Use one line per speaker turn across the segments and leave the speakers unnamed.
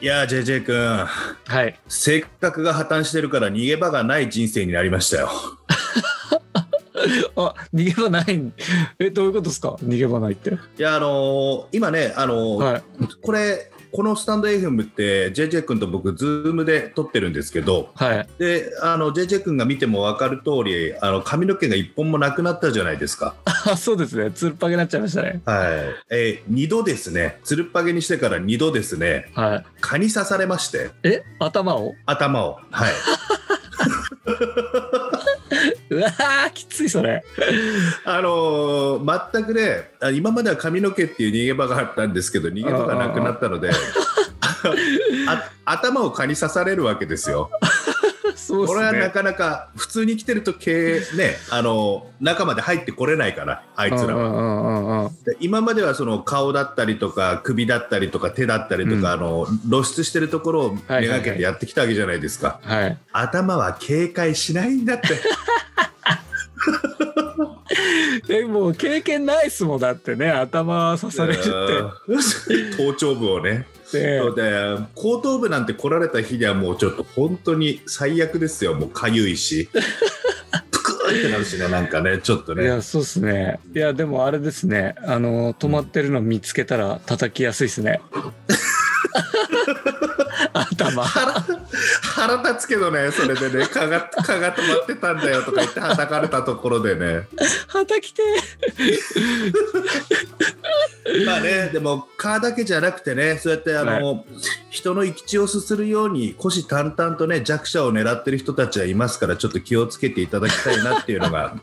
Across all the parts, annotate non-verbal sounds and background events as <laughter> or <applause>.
いやー JJ 君
はい
性格が破綻してるから逃げ場がない人生になりましたよ
あ逃げ場ないんえどういうことですか逃げ場ないって
いやあのー今ねあのー
はい
これこのスタンド FM って JJ 君と僕ズームで撮ってるんですけど
はい
であの JJ 君が見ても分かる通りあの髪の毛が一本もなくなったじゃないですか
<laughs> あそうですねつるっぱげになっちゃいましたね
はい、えー、2度ですね、つるっぱげにしてから2度ですね、
はい
蚊に刺されまして、
え頭を
頭を、
<laughs>
はい、
うわーきついそれ
あのー全くね、あ今までは髪の毛っていう逃げ場があったんですけど、逃げ場がなくなったので、 <laughs> あ頭を蚊に刺されるわけですよ。
そう
これは
で
な
すね
かなか、普通に来てると毛、ね、あのー中まで入ってこれないから、あいつらは。
うんうんうんうんうん
で今まではその顔だったりとか首だったりとか手だったりとか、
うん
あの露出してるところをめがけてやってきたわけじゃないですか、
はい
頭は警戒しないんだ
<laughs>
って
えもう経験ないっすもんだってね頭刺されるっ
うん <laughs> 頭頂部をね
てね
そうで後頭部なんて来られた日にはもうちょっと本当に最悪ですよもうかゆい
<laughs>
しぷくーってなるしねなんかねちょっと
い
ね
やそうっすねいやでもあれですねあの止まってるの見つけたら叩きやすいっすね <laughs> <laughs> 頭
腹腹立つけどねそれでね蚊が蚊が止まってたんだよとか言ってはたかれたところでね
叩きて
まあね <laughs> でも蚊だけじゃなくてねそうやってあの、人の生き血をすするように虎視眈々とね弱者を狙ってる人たちはいますからちょっと気をつけていただきたいなっていうの
<laughs>
が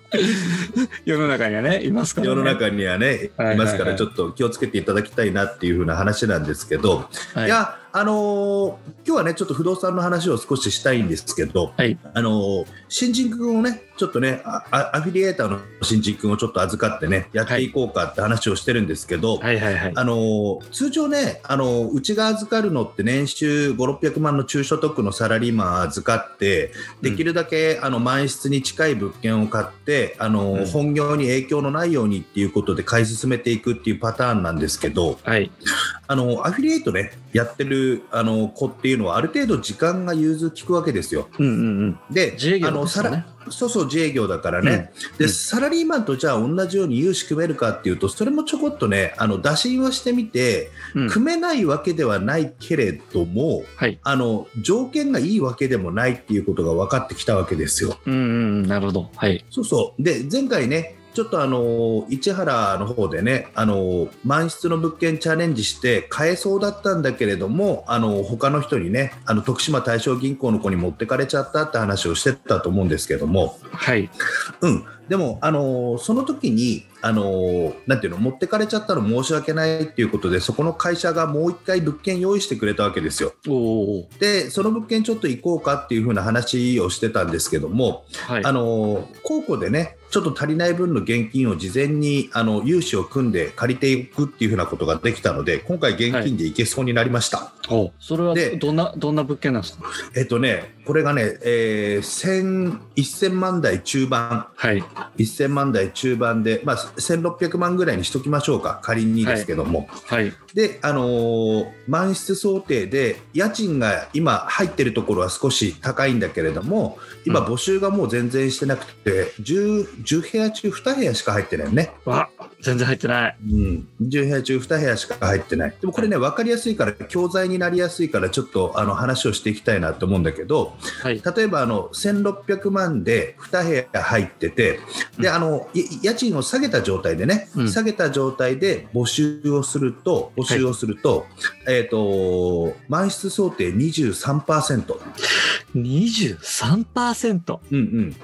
世の中にはねいますから、ね、
世の中にはね
はいはいは
いま
い
すからちょっと気をつけていただきたいなっていう風な話なんですけど、、
はいい
やあのー今日はねちょっと不動産の話を少ししたいんですけど、
はい
あのー新人君をねちょっとねああアフィリエーターの新人君をちょっと預かってねやっていこうかって話をしてるんですけど、
はいはいはい
あの通常ね、あのうちが預かるのって年収5、600万の中所得のサラリーマン預かって、できるだけ、あの満室に近い物件を買って、あの
うん
本業に影響のないようにっていうことで買い進めていくっていうパターンなんですけど、
はい
あのアフィリエイトね、やってるあの子っていうのは、ある程度時間が融通きくわけですよ。
うんうんうん
で、
自営業
あの
です
さ
よ
ら
ね
そうそう自営業だからね、でサラリーマンとじゃあ同じように融資組めるかっていうとそれもちょこっとねあの打診はしてみて、
うん
組めないわけではないけれども
はい
あの条件がいいわけでもないっていうことが分かってきたわけですよ。
うんうんうんなるほどはい
そうそうで前回ねちょっとあの市原の方でねあの満室の物件チャレンジして買えそうだったんだけれどもあの他の人にねあの徳島大正銀行の子に持ってかれちゃったって話をしてたと思うんですけども、
はい
うん、でも、あのーその時に、あのーなんていうの持ってかれちゃったの申し訳ないっていうことでそこの会社がもう一回物件用意してくれたわけですよ
おお
でその物件ちょっと行こうかっていうふうな話をしてたんですけども、
はい
あのー高校でねちょっと足りない分の現金を事前にあの融資を組んで借りていくっていうふうなことができたので今回現金で行けそうになりました、
おそれは
で
どんなどんな物件なんですか
えっとねこれがね、えー1000 1000万台中盤
はい
1000万台中盤で、まあ、1600万ぐらいにしときましょうか、仮にですけども。
はい
で、あのー満室想定で、家賃が今入ってるところは少し高いんだけれども、今、
うん
募集がもう全然してなくて、10, 10部屋中2部屋しか入ってないよね。
わ全然入ってない
うん、10部屋中2部屋しか入ってない。でもこれね、分かりやすいから、教材になりやすいから、ちょっとあの話をしていきたいなと思うんだけど、
はい
例えばあの1600万で2部屋入ってて、であのい家賃を下げた状態でね、
うん
下げた状態で募集をすると、募集をすると、えっ、と、満室想定23%。
23%
うんうん。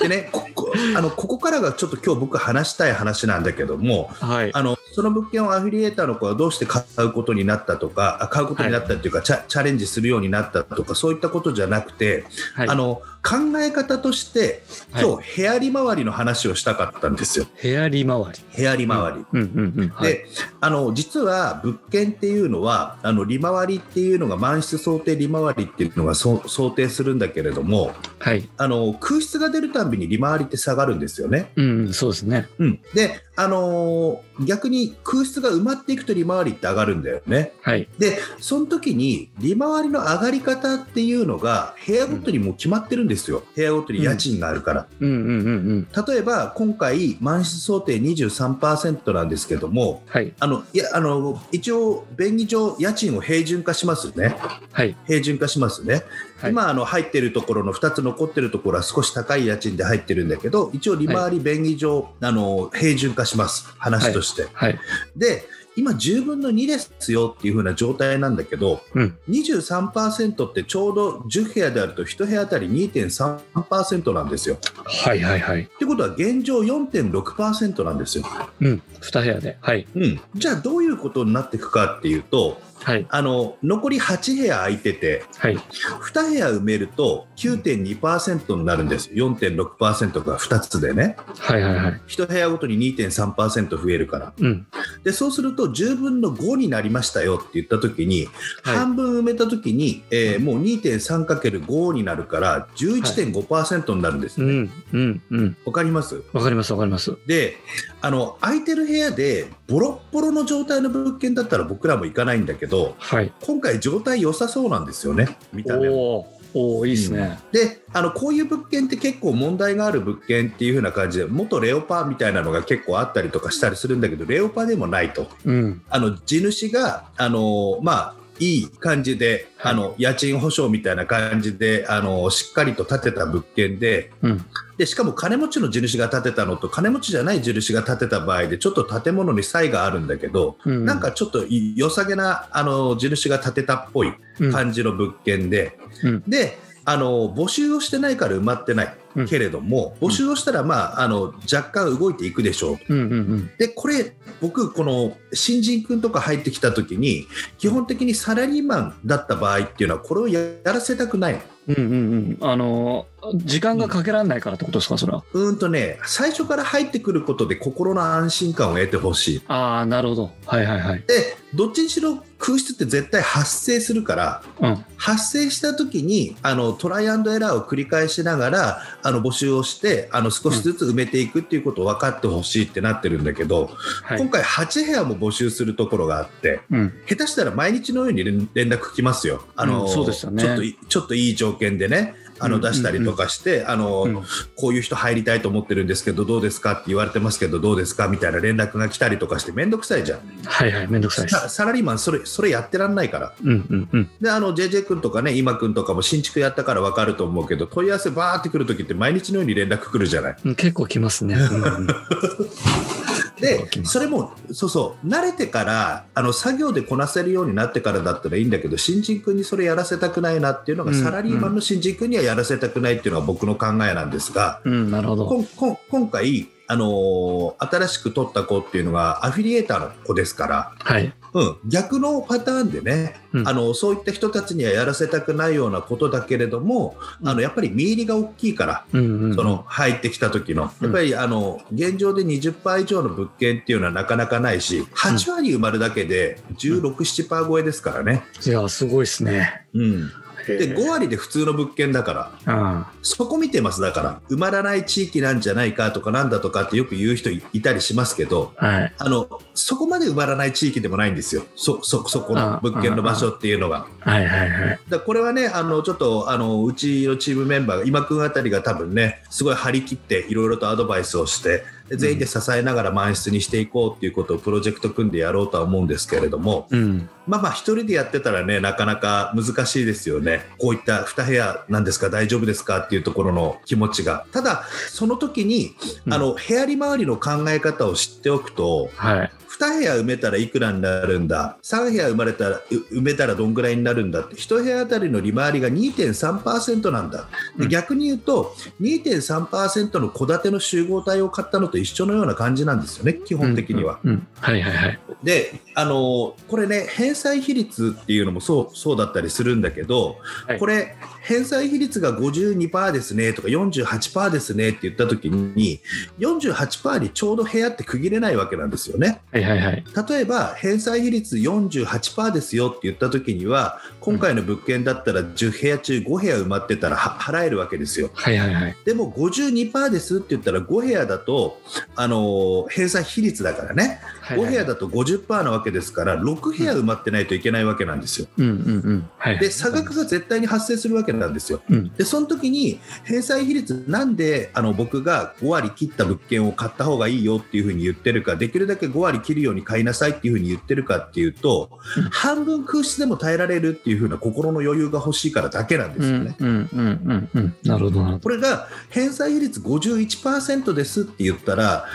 でね、ここあのここからがちょっと今日僕話したい話なんだけども、
はい。
あのその物件をアフィリエーターの子はどうして買うことになったとか、あ買うことになったっていうか、チャチャレンジするようになったとか、そういったことじゃなくて、
はい
あの考え方として、今日、部屋利回りの話をしたかったんですよ、
部屋利回り。
部屋利回り。
うんうんうん。はい。
であの実は物件っていうのはあの利回りっていうのが満室想定利回りっていうのがそ想定するんだけれども
はい。
あの空室が出るたんびに利回りって下がるんですよね。
うんうん、そうですね。
うん、で、あのー逆に空室が埋まっていくと利回りって上がるんだよね。
はい。
でその時に利回りの上がり方っていうのが部屋ごとにもう決まってるんですよ、部屋ごとに家賃があるから。
うんうんうんうん。
例えば今回満室想定23%なんですけども
はい。
あのいやあの一応、便宜上家賃を平準化しますね、
はい。
平準化しますね、
はい
今あの、入ってるところの2つ残ってるところは少し高い家賃で入ってるんだけど、一応、利回り便宜上、あの平準化します、話として。
はい。
で今10分の2ですよっていう風な状態なんだけど
うん。
23%ってちょうど10部屋であると1部屋あたり2.3%なんですよ。っ
はいはいはい。
てことは現状4.6%なんですよ。
うん。二部屋で。はい。
うん、じゃあどういうことになっていくかっていうと
はい。
あの残り8部屋空いてて
はい。
2部屋埋めると9.2%になるんですよ4.6%が2つでね
はいはいはい。
1部屋ごとに2.3%増えるから
うん。
でそうすると10分の5になりましたよって言った時に、
は
半分埋めた時に、えーもう 2.3×5 になるから11.5%になるんです
い。
ね、
うん。うん。うん。
わかります
わかりますわかります。
であの空いてる部屋でボロッボロの状態の物件だったら僕らも行かないんだけど
はい。
今回状態良さそうなんですよね見た目も
おーおーいいですね。
であのこういう物件って結構問題がある物件っていう風な感じで元レオパーみたいなのが結構あったりとかしたりするんだけどレオパーでもないと
うん。
あの地主があのまあいい感じで、
はい
あの家賃保証みたいな感じであのしっかりと建てた物件で
うん。
でしかも金持ちの地主が建てたのと金持ちじゃない地主が建てた場合でちょっと建物に差異があるんだけど、
うん。
なんかちょっとい良さげなあの地主が建てたっぽい
うん、
感じの物件で、
うん
であの募集をしてないから埋まってない
うん
けれども、
ん
募集をしたら、まあ、あの若干動いていくでしょう
うんうんうん。
でこれ僕この新人君とか入ってきた時に基本的にサラリーマンだった場合っていうのはこれをやらせたくない
うんうんうん。あのー、時間がかけられないからってことですか、それは。
うーんとね最初から入ってくることで心の安心感を得てほしい
ああ、なるほど。はいはいはい。
でどっちにしろ空室って絶対発生するから
うん。
発生した時にあのトライアンドエラーを繰り返しながらあの募集をしてあの少しずつ埋めていくっていうことを分かってほしいってなってるんだけど、
は
今
い。
回8部屋も募集するところがあって。
うん。
下手したら毎日のように連連絡来ますよ、あの
うんそうですよね
ちょっといちょっといい条件でね、あ
う
の
んうんう
出
ん
したりとかして、あの
うん
こういう人入りたいと思ってるんですけど、どうですかって言われてますけど、どうですかみたいな連絡が来たりとかして、めんどくさいじゃん、
はいはい。めんどくさいです。
さサラリーマンそれ、それやってらんないから、
うんうんうん。
であの JJ 君とかね、今君とかも新築やったから分かると思うけど、問い合わせばーって来るときって、毎日のように連絡来るじゃない。
うん結構来ますね。うんうん
で
来ます
それもそうそう慣れてからあの作業でこなせるようになってからだったらいいんだけど新人君にそれやらせたくないなっていうのが、
うん
サラリーマンの新人君にはやらせたくないっていうのが僕の考えなんですが、
うん、なるほ
こ
ど。
んこん今回、あのー新しく取った子っていうのがアフィリエーターの子ですから。
はい。
うん、逆のパターンでね、
うん
あのそういった人たちにはやらせたくないようなことだけれども、あのやっぱり見入りが大きいから、
うんうん。
その入ってきた時の、やっぱりあの現状で20%以上の物件っていうのはなかなかないし、8割埋まるだけで16、7%超えですからね、
いや、すごいですね。
うん、で
へ
5割で普通の物件だから、
ーあ
そこ見てます、だから、埋まらない地域なんじゃないかとか、なんだとかってよく言う人いいたりしますけど、
あ、はい。
あのそこまで埋まらない地域でもないんですよ、そそそこの物件の場所っていうのが。
はいはいはい。
だからこれはね、あのちょっとあのうちのチームメンバーが、今君あたりが多分ね、すごい張り切って、いろいろとアドバイスをして、で全員で支えながら満室にしていこうっていうことをプロジェクト組んでやろうとは思うんですけれども、
うん。
まあまあ一人でやってたらねなかなか難しいですよねこういった2部屋なんですか大丈夫ですかっていうところの気持ちがただその時に、
うん
あの部屋利回りの考え方を知っておくと
はい。
2部屋埋めたらいくらになるんだ3部屋埋まれたらう埋めたらどんぐらいになるんだって1部屋あたりの利回りが2.3%なんだで
うん
逆に言うと2.3%の戸建ての集合体を買ったのと一緒のような感じなんですよね基本的には。
うん。うん。はいはいはい。
であのこれね返済比率っていうのもそうそうだったりするんだけど、
はい
これ返済比率が52%ですねとか48%ですねって言った時に48%にちょうど部屋って区切れないわけなんですよね。
はいはいはい。
例えば返済比率48%ですよって言った時には今回の物件だったら10部屋中5部屋埋まってたらは払えるわけですよ
はいはいはい。
でも52%ですって言ったら5部屋だと、あのー返済比率だからね
はい
5
はい
部屋だと50%なわけですから6部屋埋まってないといけないわけなんですよ
うんうんうん。はいはい。
で差額が絶対に発生するわけなんですよ
うん。
でその時に返済比率なんであの僕が5割切った物件を買った方がいいよっていうふうに言ってるかできるだけ5割切るように買いなさいっていうふうに言ってるかっていうと、
うん
半分空室でも耐えられるっていうふうな心の余裕が欲しいからだけなんで
う
す
ん
よね。
うんうんうんうん。なるほどなるほ
これが返済比率51%ですって言ったら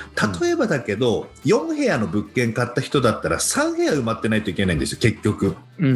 例えばだけど4部屋の物件買った人だったら3部屋埋まってないといけないんですよ結局
ど。うんうん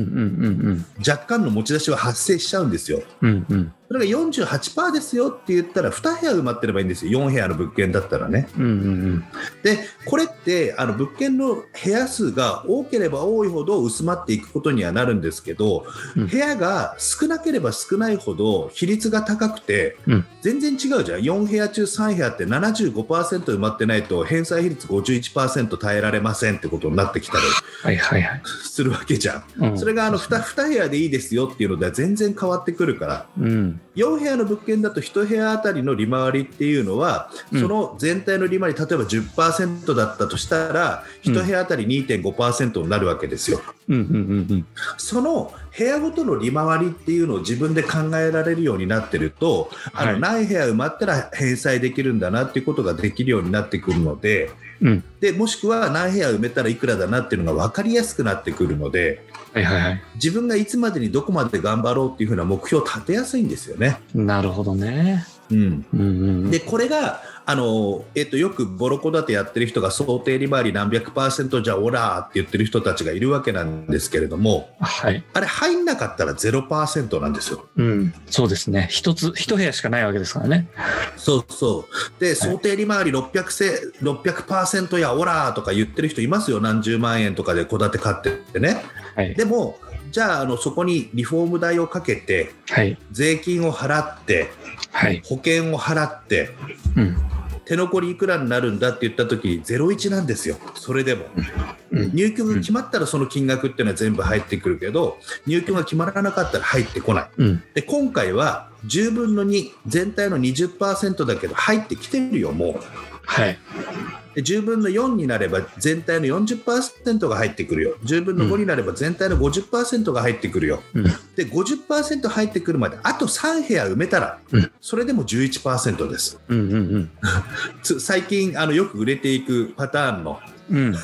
うん
若干の持ち出しは発生しちゃうんですよ
うん。うんうん。
それが48%ですよって言ったら2部屋埋まってればいいんですよ4部屋の物件だったらね
うんうん
でこれってあの物件の部屋数が多ければ多いほど薄まっていくことにはなるんですけど、
うん
部屋が少なければ少ないほど比率が高くて、
うん
全然違うじゃん4部屋中3部屋って75%埋まってないと返済比率51%耐えられませんってことになってきたり
はいはいはい。
するわけじゃん、
うん
それがあの 2, 2部屋でいいですよっていうのでは全然変わってくるから。
うん。
4部屋の物件だと1部屋あたりの利回りっていうのは、
うん
その全体の利回り例えば10%だったとしたら
うん
1部屋あたり2.5%になるわけですよ、
うんうんうん
その部屋ごとの利回りっていうのを自分で考えられるようになってると、あ
は
の
い
ない部屋埋まったら返済できるんだなっていうことができるようになってくるので
うん。うん。
でもしくは何部屋埋めたらいくらだなっていうのが分かりやすくなってくるので
はいはいはい。
自分がいつまでにどこまで頑張ろうっていうふうな目標を立てやすいんですよね。
なるほどね。
うん
うんうんうん。
でこれがあの、えっと、よくボロコ建てやってる人が想定利回り何百パーセントじゃオラーって言ってる人たちがいるわけなんですけれども
はい。
あれ入んなかったら0%なんですよ。
うん。そうですね。一つ、一部屋しかないわけですからね。
そうそうで想定利回り600せ600%やオラーとか言ってる人いますよ何十万円とかで戸建て買ってってね。
はい。
でもじゃああのそこにリフォーム代をかけて
はい。
税金を払って
はい。
保険を払って
うん。
手残りいくらになるんだって言った時01なんですよそれでも。
うん。
入居が決まったらその金額っていうのは全部入ってくるけど入居が決まらなかったら入ってこない
うん。
で今回は10分の2全体の20%だけど入ってきてるよもう
はい。
で10分の4になれば全体の40%が入ってくるよ10分の5になれば全体の50%が入ってくるよ
うん。
で50%入ってくるまであと3部屋埋めたら
うん
それでも11%です
うんうんうん。
つ最近あのよく売れていくパターンの
うん。うん。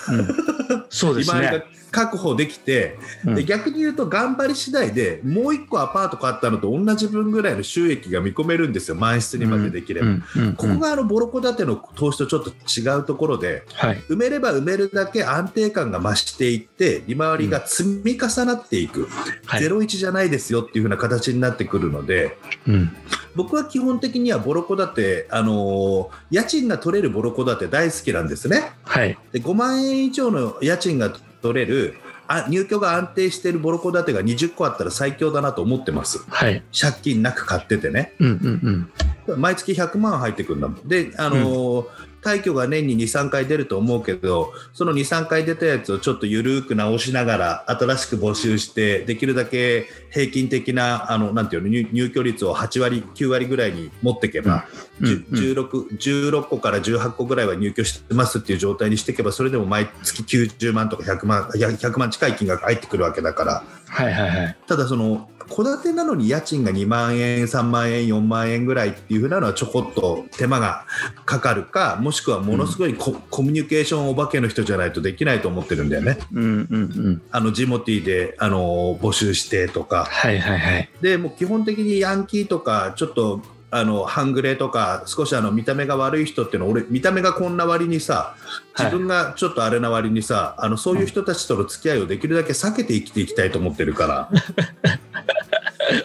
そうで
利
す
回り
ね
が。確保できて
うん
で逆に言うと頑張り次第でもう1個アパート買ったのと同じ分ぐらいの収益が見込めるんですよ満室にまでできれば、
うんうんうん
ここがあのボロ戸建ての投資とちょっと違うところで
はい。
埋めれば埋めるだけ安定感が増していって利回りが積み重なっていく、
はい。
01じゃないですよっていう風な形になってくるので
うん。
僕は基本的にはボロ戸建て、あのー家賃が取れるボロ戸建て大好きなんですね。
はい。
で5万円以上の家賃が取れるあ入居が安定しているボロ戸建てが20個あったら最強だなと思ってます
はい。
借金なく買っててね
うんうんうん。
毎月100万入ってくるんだもんであのー退去が年に23回出ると思うけどその23回出たやつをちょっと緩く直しながら新しく募集してできるだけ平均的なあのなんていうの入入居率を8割9割ぐらいに持っていけば、
うん
じゅ
うん
16 16個から18個ぐらいは入居してますっていう状態にしていけばそれでも毎月90万とか100万いや100万近い金額入ってくるわけだから
はいはいはい。
ただその戸建てなのに家賃が2万円3万円4万円ぐらいっていうふうなのはちょこっと手間がかかるかもしくはものすごいコ,、コミュニケーションお化けの人じゃないとできないと思ってるんだよね。
うんうんうん。
あのジモティーであの募集してとか
はいはいはい。
でもう基本的にヤンキーとかちょっとあの半グレとか少しあの見た目が悪い人っていうの俺見た目がこんな割にさ
はい
自分がちょっとあれな割にさ、あのそういう人たちとの付き合いをできるだけ避けて生きていきたいと思ってるから、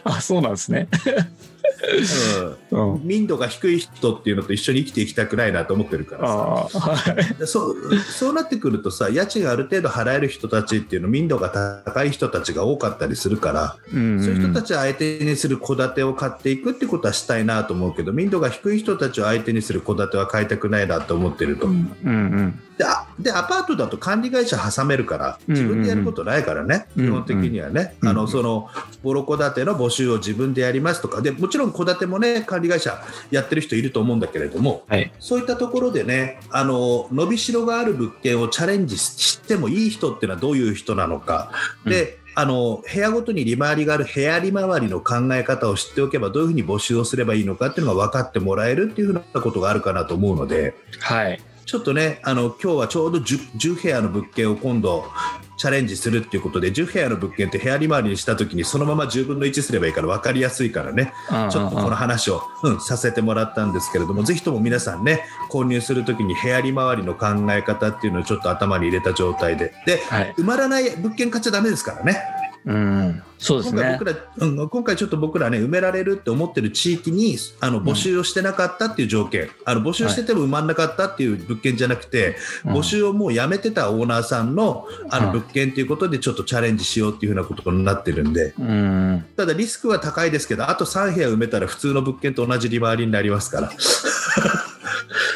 あ、そうなんですね。う
うん、。民度が低い人っていうのと一緒に生きていきたくないなと思ってるからさ
ああ、はい。
でそうそうなってくるとさ家賃がある程度払える人たちっていうの民度が高い人たちが多かったりするから。
うん
そういう人た
ち。
ちを相手にする戸建てを買っていくってことはしたいなと思うけど、民度が低い人たちを相手にする戸建ては買いたくないなと思ってると。
うんうん。
で、あでアパートだと管理会社挟めるから、
うんうん
自分でやることないからね、
うん
基本的にはね、
うん
あのそのボロ戸建ての募集を自分でやりますとか、でもちろん戸建てもね、管理会社やってる人いると思うんだけれども、
はい。
そういったところでね、あの伸びしろがある物件をチャレンジしてもいい人っていうのはどういう人なのか、であの部屋ごとに利回りがある部屋利回りの考え方を知っておけば、どういうふうに募集をすればいいのかっていうのが分かってもらえるっていうふうなことがあるかなと思うので、
はい。
ちょっとね、あの今日はちょうど 10, 10部屋の物件を今度、チャレンジするっていうことで10部屋の物件って部屋利回りにしたときにそのまま10分の1すればいいから分かりやすいからね
ちょ
ちょっとこの話を、うん、させてもらったんですけれども、ぜひとも皆さんね、購入するときに部屋利回りの考え方っていうのをちょっと頭に入れた状態で。で、
はい。
埋まらない物件買っちゃダメですからね。
うん。そうです
今回
ね
僕。ら、うん、今回ちょっと僕らね、埋められるって思ってる地域に、あの、募集をしてなかったっていう条件、あの、募集してても埋まんなかったっていう物件じゃなくて、
うん
募集をもうやめてたオーナーさんの、あの、
うん
物件ということでちょっとチャレンジしようっていうふうなことになってるんで、
うん。
ただリスクは高いですけど、あと3部屋埋めたら普通の物件と同じ利回りになりますから。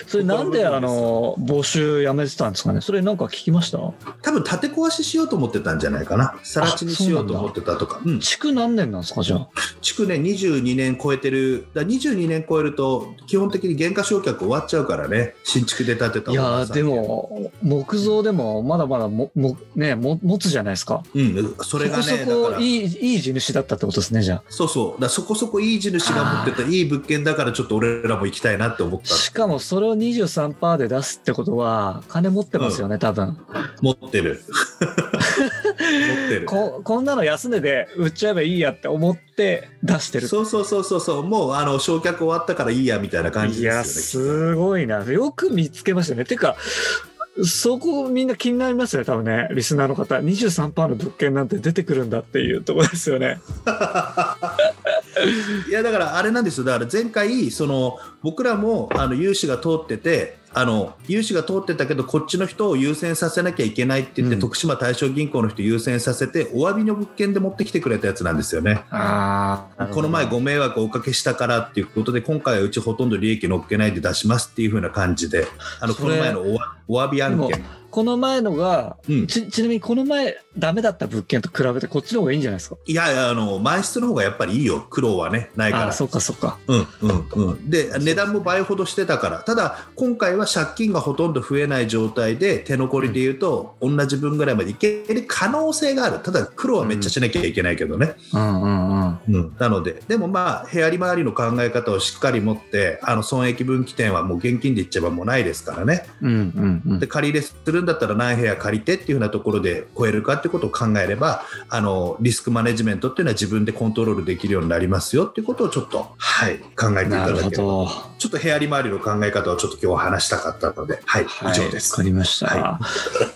それなんであの募集やめてたんですかね。それなんか聞きました。
多分立て壊ししようと思ってたんじゃないかな。更地にしようと思ってたとか。うん。
築何年なんですかじゃあ。
築ね、22年超えてる。だ22年超えると、基本的に減価償却終わっちゃうからね。新築で建てた方
いや
が
ーで。も木造でもまだまだももねも持つじゃないですか。
うん、それがね、
そこそ
だ
こ
から。
いいいい地主だったってことですねじゃあ。
そうそう。だからそこそこいい地主が持ってたいい物件だから、ちょっと俺らも行きたいなって思った。
しかもそれを23%で出すってことは金持ってますよね、多分
持ってる。持ってる。
ここんなの安値で売っちゃえばいいやって思って出してる
そうそうそうそうそう。もう、あの、焼却終わったからいいや、みたいな感じ
い
ですよね。
やすごいなよく見つけましたねてかそこみんな気になりますよね多分ねリスナーの方23%の物件なんて出てくるんだっていうところですよね
いやだからあれなんですよ、だから前回、その僕らもあの融資が通ってて、あの融資が通ってたけど、こっちの人を優先させなきゃいけないって言って、
うん
徳島大正銀行の人優先させて、お詫びの物件で持ってきてくれたやつなんですよね。
ああ
この前、ご迷惑をおかけしたからっていうことで、今回はうちほとんど利益乗っけないで出しますっていう風な感じで、あの
そ
こ
れ
の前のおわお詫び案件、
この前のが
うん、
ちちなみにこの前ダメだった物件と比べてこっちの方がいいんじゃないですか
いやいやあの、満室の方がやっぱりいいよ、苦労はね、ないか
ああ
ら。
そっかそっか
うんうんうん、で値段も倍ほどしてたからただ今回は借金がほとんど増えない状態で手残りで言うと、同じ分ぐらいまでいける可能性があるただ苦労はめっちゃしなきゃいけないけどね、
うんうんうん
うんなのででもまあ部屋利回りの考え方をしっかり持ってあの損益分岐点はもう現金で言っちゃえばもうないですからね
うんうんうん
で借り入れするんだったら何部屋借りてっていうふうなところで超えるかってことを考えればあのリスクマネジメントっていうのは自分でコントロールできるようになりますよっていうことをちょっと、はい、考えてい
な
た
る
だ
ほ
ければ
ど。
ちょっと部屋利回りの考え方をちょっと今日は話したかったので、はい、以上です。
わかりました。
は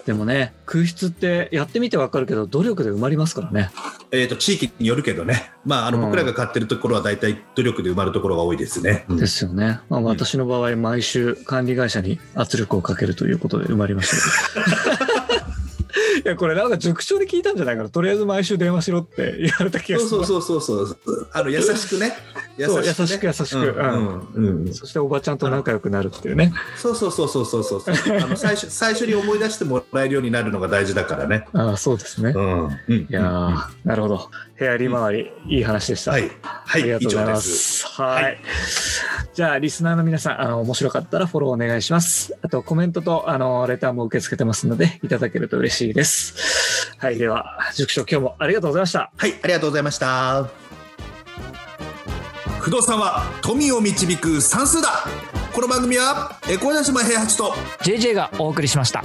でもね、空室ってやってみてわかるけど、努力で埋まりますからね。
えっ、と、地域によるけどね、まあ、あの、
うん
僕らが買ってるところは大体努力で埋まるところが多いですね。うん
ですよね。まあ、私の場合、毎週管理会社に圧力をかけるということで埋まりま
<laughs>
したけど。いや、これなんか塾長に聞いたんじゃないかな。とりあえず毎週電話しろって言われた気がす
そう
る。
そうそうそうそう、あの、優しくね。優
そう優
ね
しく優しく
うんうんうん
そしておばちゃんと仲良くなるっていうね。
そうそうそうそうそうそう。あの、最初、最初に思い出してもらえるようになるのが大事だからね。
ああ、そうですね。
うん。うん
いやーなるほど。部屋利回り、いい話でした。
はい、は
あり
い
が、と
以
うござ
上
い
で。
ますす。はい。じゃあ、リスナーの皆さん、あの、面白かったらフォローお願いします。あと、コメントと、あの、レターも受け付けてますので、いただけると嬉しいです。はい。では、塾長、今日もありがとうございました。
はい、ありがとうございました。
不動産は富を導く算数だ
この番組はえー小林島平八と
JJ がお送りしました。